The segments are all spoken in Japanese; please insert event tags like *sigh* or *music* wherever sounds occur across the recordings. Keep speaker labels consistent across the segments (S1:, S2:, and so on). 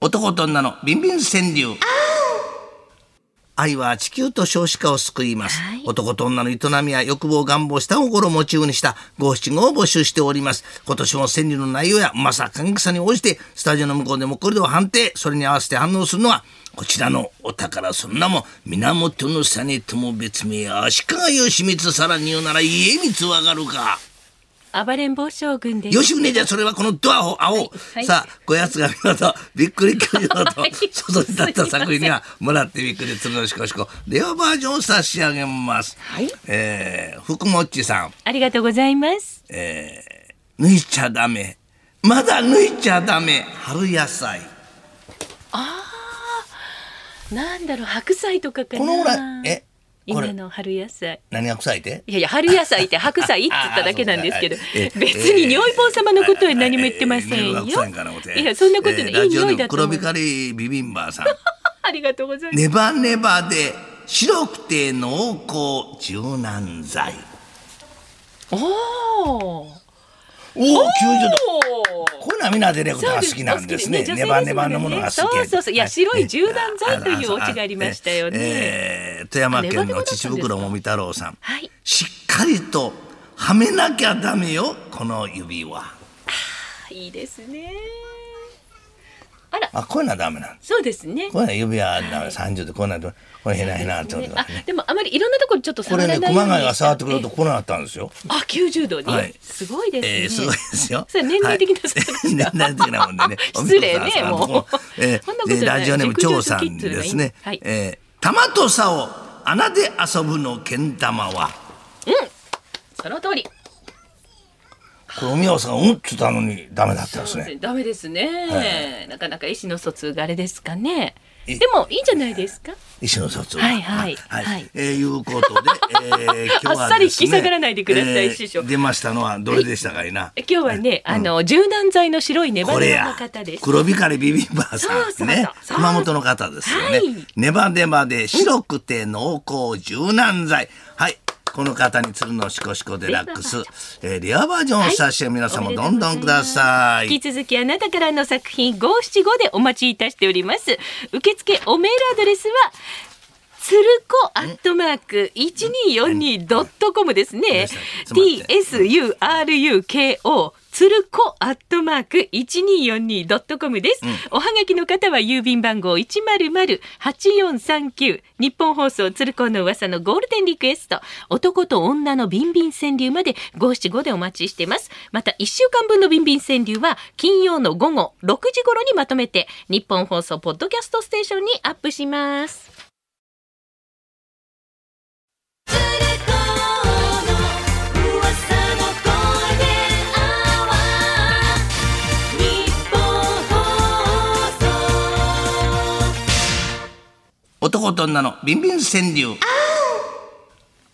S1: 男と女のビンビン川柳愛は地球と少子化を救います、
S2: はい
S1: 男と女の営みや欲望願望下心をモチーフにした五七五を募集しております今年も川柳の内容やうまさ感激さに応じてスタジオの向こうでもこれを判定それに合わせて反応するのはこちらのお宝その名も源の実とも別名足利義満さらに言うなら家光わかるか
S2: 暴れん坊将軍です。
S1: よしねじゃあそれはこのドアを青、
S2: はい
S1: さあごやつが見事びっくり巨人と
S2: はい
S1: 外に立った作品にはもらってびっくりつるのしこしこレオバージョンを差し上げます、
S2: はい
S1: えー、福もっちさん
S2: ありがとうございます。
S1: 脱いちゃダメまだ脱いちゃダメ春野菜
S2: なんだろう白菜とかかな。
S1: このほらえこ
S2: 今
S1: れ
S2: の春野菜。
S1: 何が臭いて
S2: いやいや春野菜って白菜って言っただけなんですけど
S1: ああそうです、かはい
S2: 別に如意棒様のことは何も言ってませんよ。
S1: えー迷惑さんからお手
S2: いやそんなことない、
S1: えー
S2: い
S1: ラ
S2: い
S1: ジオ
S2: 匂
S1: ネ
S2: い
S1: ー
S2: だ
S1: ム
S2: と思
S1: 黒
S2: う。
S1: 光りビビンバーさん
S2: ありがとうございます。
S1: ネバネバで白くて濃厚柔軟剤
S2: おおー。
S1: おお90度
S2: おー
S1: こういうのはみんなでねこと
S2: そう
S1: が好きなんですね。
S2: お好き
S1: ネバネバのものが好きやけど。
S2: そうそうそういや白い柔軟剤という
S1: ね
S2: オチがありましたよね
S1: えーえー富山
S2: ネバ
S1: 県
S2: ネバ
S1: の
S2: だったんです
S1: 秩
S2: か
S1: 父黒もみ太郎さん。
S2: はい。
S1: しっかりとはめなきゃダメよこの指輪。
S2: いいですね。あら
S1: あこういうのはダメなんです。
S2: そうですね。
S1: こういうのは指輪はダメ三十でこういうのはこれへなへなってこと
S2: あ
S1: だね。
S2: でもあまりいろんなところちょっと
S1: こ
S2: 触
S1: れ
S2: らない
S1: ね
S2: ように
S1: 熊谷が触ってくれると
S2: え
S1: こうなったんですよ。
S2: えあ90度に、
S1: はい
S2: すごいですね。
S1: えー、すごいですよ。
S2: *laughs* それ年齢的な
S1: はい
S2: 差でした。
S1: 年齢的なもんでね
S2: *laughs* 失礼ね
S1: お
S2: もう
S1: 父さんはえー
S2: そんなことない
S1: でラジオネーム
S2: 熟女
S1: 長
S2: 好
S1: さ
S2: きっ
S1: ん
S2: ていうのがいい
S1: ですね。
S2: *laughs* はい
S1: えー玉と竿穴で遊ぶのけん玉は。
S2: その通り。
S1: これおみやさんがうんっつったのにダメだったんです
S2: そうです
S1: ね。
S2: ねダメですね。なかなか意思の疎通があれですかね。
S1: え
S2: でもいいんじゃないですか。
S1: 意思の疎通
S2: はいはい
S1: はい。
S2: はい
S1: えーいうことで、
S2: *laughs*
S1: えー、今日はですね
S2: あっさり引き下がらないでください師匠
S1: 出ましたのはどれでしたかいな。
S2: 今日はね、あの柔軟剤の白いネバ
S1: これ
S2: ネバの
S1: や
S2: 方です。
S1: 黒光りビビンバー
S2: そうそう
S1: さ
S2: そ
S1: ん
S2: う
S1: ね
S2: そう
S1: 熊本の方ですよね、
S2: はい
S1: ネバネバで白くて濃厚柔軟剤はいこの方に鶴のシコシコデラックス、えー、レアバージョンを差し上げ皆さんもどんどんください、
S2: 引き続きあなたからの作品五七五でお待ちいたしております。受付おメールアドレスは。つるこアットマーク一二四二ドットコムですね
S1: う。ん
S2: T. S. U. R. U. K. O. つるこアットマーク一二四二ドットコムです、おはがきの方は郵便番号一0 0八四三九。日本放送つるこの噂のゴールデンリクエスト。男と女のビンビン川柳まで五七五でお待ちしています。また一週間分のビンビン川柳は金曜の午後六時頃にまとめて。日本放送ポッドキャストステーションにアップします。
S1: 男と女のビンビン川柳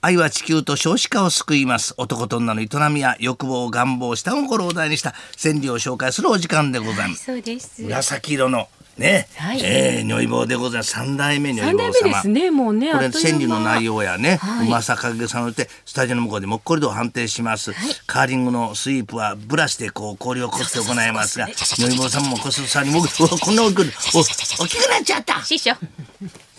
S1: 愛は地球と少子化を救います男と女の営みや欲望願望下心を題にした川柳を紹介するお時間でございます
S2: そうです。
S1: 紫色のね、
S2: はい
S1: えー、如意棒でございます三代目如意
S2: 三代
S1: 棒
S2: 目で
S1: 様
S2: すね、もうね。
S1: こ
S2: あ
S1: れ
S2: っという間
S1: 川柳の内容やね、
S2: はいう
S1: まさかげさのってスタジオの向こうでもっこりと判定します、カーリングのスイープはブラシでこう氷をこすって行いますが如意棒さんもこすさんにもううわこんな大きくお大きくなっちゃった
S2: 師匠。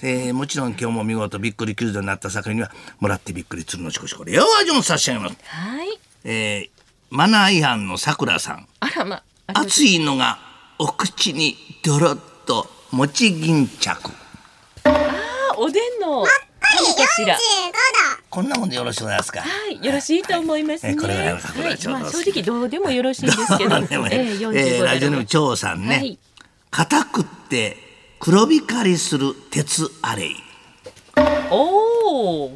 S1: えーもちろん今日も見事びっくり90度になった作品にはもらってびっくり鶴のしこしこレアバージョンを差し上げます、
S2: はい。
S1: えーマナー違反のさくらさん
S2: あらま。ありがとう
S1: 熱いのがお口にドロッと餅巾着
S2: あおでんの。何かしら。
S1: こんなもんでよろしゅうございますか
S2: はい、よろしいと思います
S1: は
S2: ね。
S1: いこれぐらいの
S2: は
S1: 桜
S2: い
S1: ちょうど
S2: まあ
S1: 好き
S2: 正直どうでもよろしいんですけど。
S1: でもね
S2: ええ45
S1: えーラジオネーム長さん
S2: は
S1: ね
S2: い
S1: 硬、くって黒光りする鉄アレイ
S2: おお。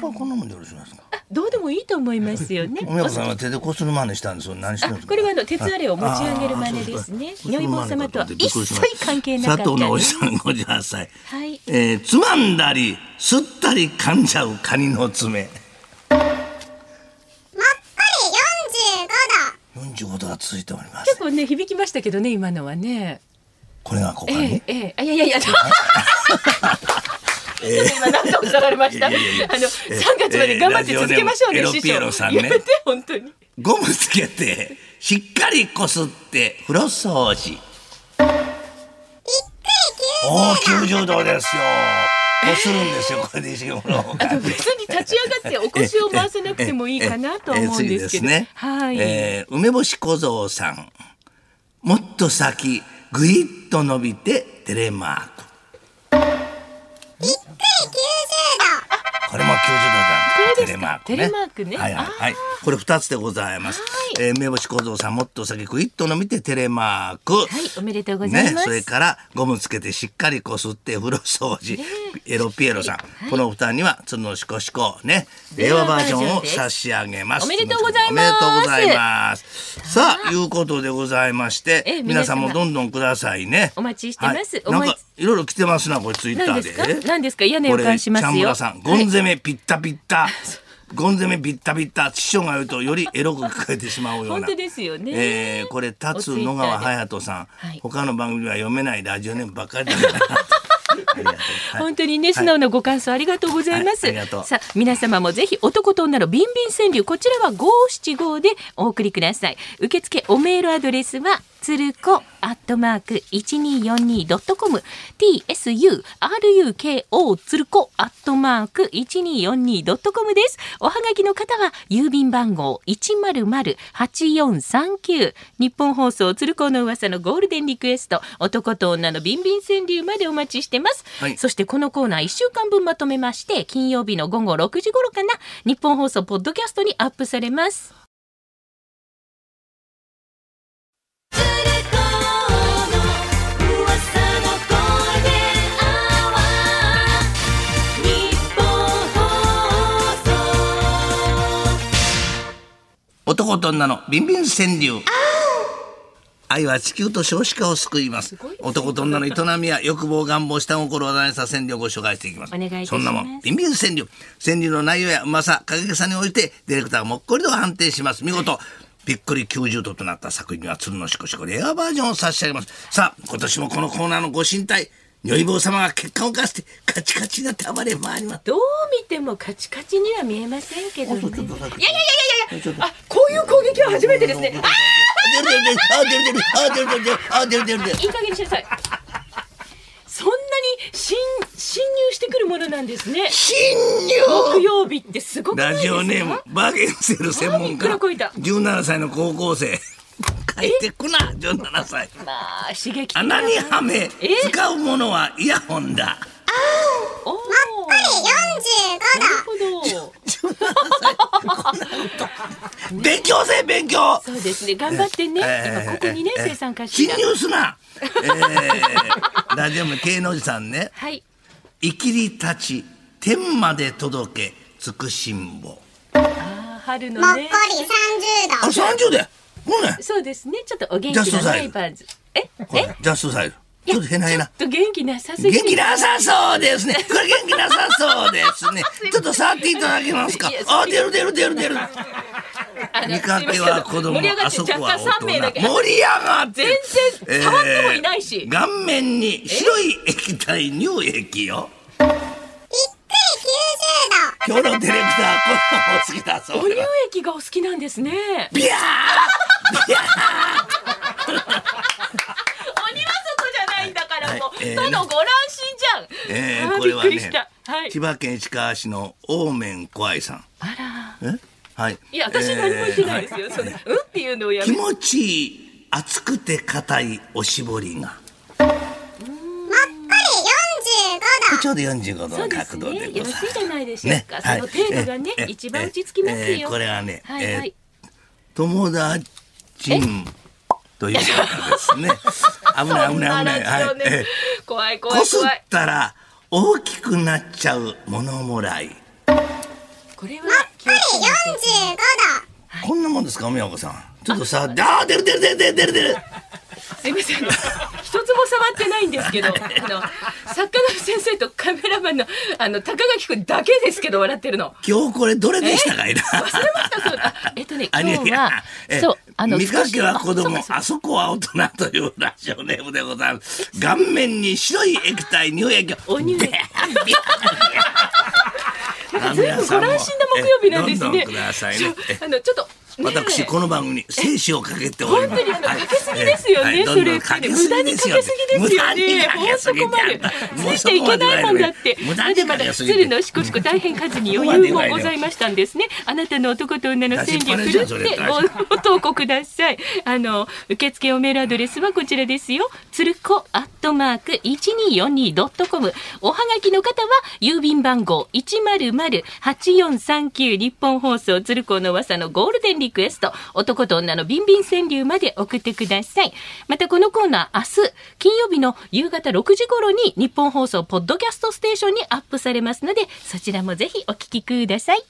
S1: これこんなもんでよろしゅうございますか
S2: どうでもいいと思いますよね。
S1: おみやこさんは手でこする真似したんですよ何して
S2: あ
S1: るんですか
S2: これはあの鉄アレを持ち上げる真似ですね。如意棒様とは一切関係なかった。
S1: 佐藤のおじさん58歳、
S2: はい
S1: えーつまんだり吸ったり噛んじゃうカニの爪45度が続いておりま
S2: 結
S1: す
S2: 構ね響きましたけどね今のはね。
S1: これがここ
S2: え
S1: に、
S2: えええあいやいやいや。ちょっ *laughs* と今何とおっしゃられました。あの三月まで頑張って続けましょう
S1: え
S2: ね
S1: えラジオネー
S2: 師
S1: ムエロピエ
S2: 匠
S1: ロ。さんね
S2: やめて本当に。
S1: ゴムつけてしっかりこすって風呂掃除おお90度ですよこするんですよこれで石黒
S2: あと別に立ち上がってお腰を回さなくてもいいかなとは思うんですけど。
S1: ええええ次ですね、
S2: はい、
S1: えー梅干し小僧さん。もっと先、ぐいっと伸びて、テレマーク。これも90度だ。
S2: これですか
S1: テレマーク
S2: テレマークね
S1: はいはいはい。これ二つでございます。えー梅干し小僧さん、もっと先、ぐいっと伸びて、テレマーク。
S2: はい、おめでとうございます。
S1: それからゴムつけてしっかりこすって風呂掃除、エロピエロさん、この二人には「つのしこしこ」ね令和バージョンを差し上げます
S2: おめでとうございます
S1: おめでとうございますさあいうことでございまして
S2: ええ
S1: 皆さんも
S2: 皆様
S1: どんどんくださいね
S2: お待ちしてます
S1: はい、な
S2: 思
S1: ん
S2: い
S1: かいろいろ来てますなこれツイッタ
S2: 何で
S1: ーです
S2: か何ですか嫌な予
S1: これ
S2: 感
S1: ち
S2: し
S1: ゃん
S2: ます
S1: む
S2: よ。
S1: らさんゴン攻めピッタピッタゴン攻めピッタピッタ師匠が言うとよりエロく聞こえてしまうような
S2: 本当ですよね。
S1: えーこれ立つ野川隼人さん、
S2: はい
S1: 他の番組は読めないラジオネームばっかりだから *laughs* ありがとうはい
S2: 本当にね素直なご感想ありがとうございます、
S1: はいありがとう
S2: さあ皆様もぜひ男と女のビンビン川柳こちらは575でお送りください受付おメールアドレスはつるこアットマーク一二四二ドットコム T S U R U K O つるこアットマーク一二四二ドットコムです。おはがきの方は郵便番号一0 0 8 4 3 9日本放送鶴光の噂のゴールデンリクエスト男と女のビンビン川柳までお待ちしてます、
S1: はい
S2: そしてこのコーナー1週間分まとめまして金曜日の午後6時頃かな日本放送ポッドキャストにアップされます
S1: 男と女のビンビン川柳愛は地球と少子化を救います
S2: ごいですね
S1: 男と女の営みや欲望願望下心を話した川柳をご紹介していきます
S2: お願いいたします
S1: そんなもんビンビン川柳川柳の内容やうまさ影げさに応じてディレクターがもっこりと判定します見事びっくり90度となった作品は鶴のしこしこレアバージョンを差し上げますさあ今年もこのコーナーのご神体如意棒様が血管をかしてカチカチになって暴れ回ります
S2: どう見てもカチカチには見えませんけど、ね、いやいやいやいやいやあこういう攻撃は初めてですねあ
S1: 出る出る出るあ出る出る出るあ出る出る出るあ出る出る出る
S2: いい加減にしなさいそんなに侵侵入してくるものなんですね
S1: 侵
S2: 木
S1: 入
S2: 曜日ってすごくない
S1: ラ
S2: です
S1: ジ
S2: か
S1: オネームバーゲンセール専門家
S2: あびっくりこいた
S1: 17歳の高校生帰ってくな17歳
S2: まあ刺激的な
S1: 穴にはめ
S2: え
S1: 使うものはイヤホンだ
S2: おーなるほど
S1: 17歳こんなこと勉強せえ勉強
S2: そうですね頑張ってね、
S1: えー
S2: 今ここにね、
S1: えー
S2: 生産化し
S1: 侵
S2: が
S1: 入すなえーラジオネーム芸能人さんね
S2: はい
S1: 生きり立ち天まで届けつくしんぼ
S2: あー春
S3: もっ
S2: の
S3: こり
S2: ね
S1: あ
S3: 30度。
S1: 30でほんね
S2: そうですねちょっとお元気
S1: ジャス
S2: が
S1: トサ
S2: な
S1: イ
S2: い
S1: ズ
S2: バーズえ
S1: これジャストサイズちょっと変な変な
S2: ちょっと元気なさすぎ
S1: 元気なさそうですね。これ元気なさそうですね。ちょっと触っていただけますか
S2: いや。
S1: あ、出る出る出る出る。
S2: あの
S1: 見かけは子供、
S2: 盛り上が
S1: あ
S2: って
S1: そ
S2: 若
S1: こは
S2: 干
S1: 大人。
S2: 3名だ
S1: 盛
S2: け
S1: り上がってる。
S2: 全然触ってもいないし
S1: えー顔面に白い液体乳液よ。今日のディレクター、こんなの好きだそ
S2: お
S1: う
S2: 乳
S1: よ。
S2: 液がお好きなんですね
S1: ビャー
S2: *laughs*
S1: ビ
S2: 鬼
S1: ャー
S2: は外じゃないんだからもう、
S1: はいえー
S2: ただのご乱心じゃん、
S1: え
S2: あ
S1: ー、
S2: ー
S1: これは
S2: びっくりし
S1: ね
S2: た、はい
S1: 千葉県市川市のオーメン小愛さん。
S2: あら
S1: えはい。
S2: いや私何も言ってないですよ、
S1: えー
S2: そんなうんっていうのをや
S1: 気
S2: め
S1: 持ちいい熱くて硬いおしぼりが
S3: もっこり45度。
S1: ちょうど45度
S2: そう
S1: の
S2: で
S1: 角
S2: す
S1: 度
S2: ね
S1: でご
S2: よろ
S1: ざ
S2: しいじ
S1: い
S2: ゃ
S1: ます。
S2: ないでしょうか、その程度がね、
S1: ええ
S2: 一番落ち着きますよ、
S1: ええこれはね、
S2: はいはい
S1: えー友達んという方ですね。危ない危ない危ない。
S2: ラジオ
S1: はい
S2: ね、
S1: え
S2: 怖い
S1: ー
S2: 怖い
S1: こす
S2: 怖い
S1: ったら大きくなっちゃうものもらい。
S2: これは気を
S3: もっ
S2: つけない
S3: こり45度。
S1: こんなもんですか、おみやこさん。ちょっとさ、あー出る出る出る出る出る出る。
S2: とすいません一つも触ってないんですけどあの作家の先生とカメラマンのあの高垣君だけですけど笑ってる
S1: *laughs*
S2: の
S1: 今日これどれでしたかいな。
S2: 忘れましたそうだえっとね
S1: あ
S2: 今
S1: い
S2: 日
S1: や
S2: は
S1: え
S2: そうあの
S1: 見かけは子供
S2: 少し
S1: あそこは大人というラジオネームでございます顔面に白い液体乳液
S2: お乳液 *laughs*
S1: ビャービャー
S2: なんか随分ご乱心な木曜日なんですね。
S1: えどんどんくださいね
S2: そうあのちょっと
S1: 私、この番組に生死をかけておりま
S2: 本当
S1: す。
S2: にあの
S1: はい
S2: かけすぎですよね
S1: はい
S2: それってね
S1: どんどんかけすぎですよね
S2: 無駄にかけすぎですよね
S1: 無駄にかけすぎて
S2: ほんと困る
S1: あんたもう
S2: ついていけないもんだって
S1: 無
S2: ま
S1: 駄
S2: だ
S1: に
S2: ま
S1: か
S2: だ
S1: けすぎ
S2: 鶴
S1: て
S2: のしこしこ大変数に余裕もございましたんですねあなたの男と女の川柳ふるっ
S1: 出しっぱなしじゃんそれ
S2: てごご投稿くださいあの受付おメールアドレスはこちらですよつるこアットマーク 1242.com おはがきの方は郵便番号100-8439日本放送つるこの噂のゴールデンリクエスト男と女のビンビン川柳まで送ってくださいまたこのコーナー明日金曜日の夕方6時頃に日本放送ポッドキャストステーションにアップされますのでそちらもぜひお聞きください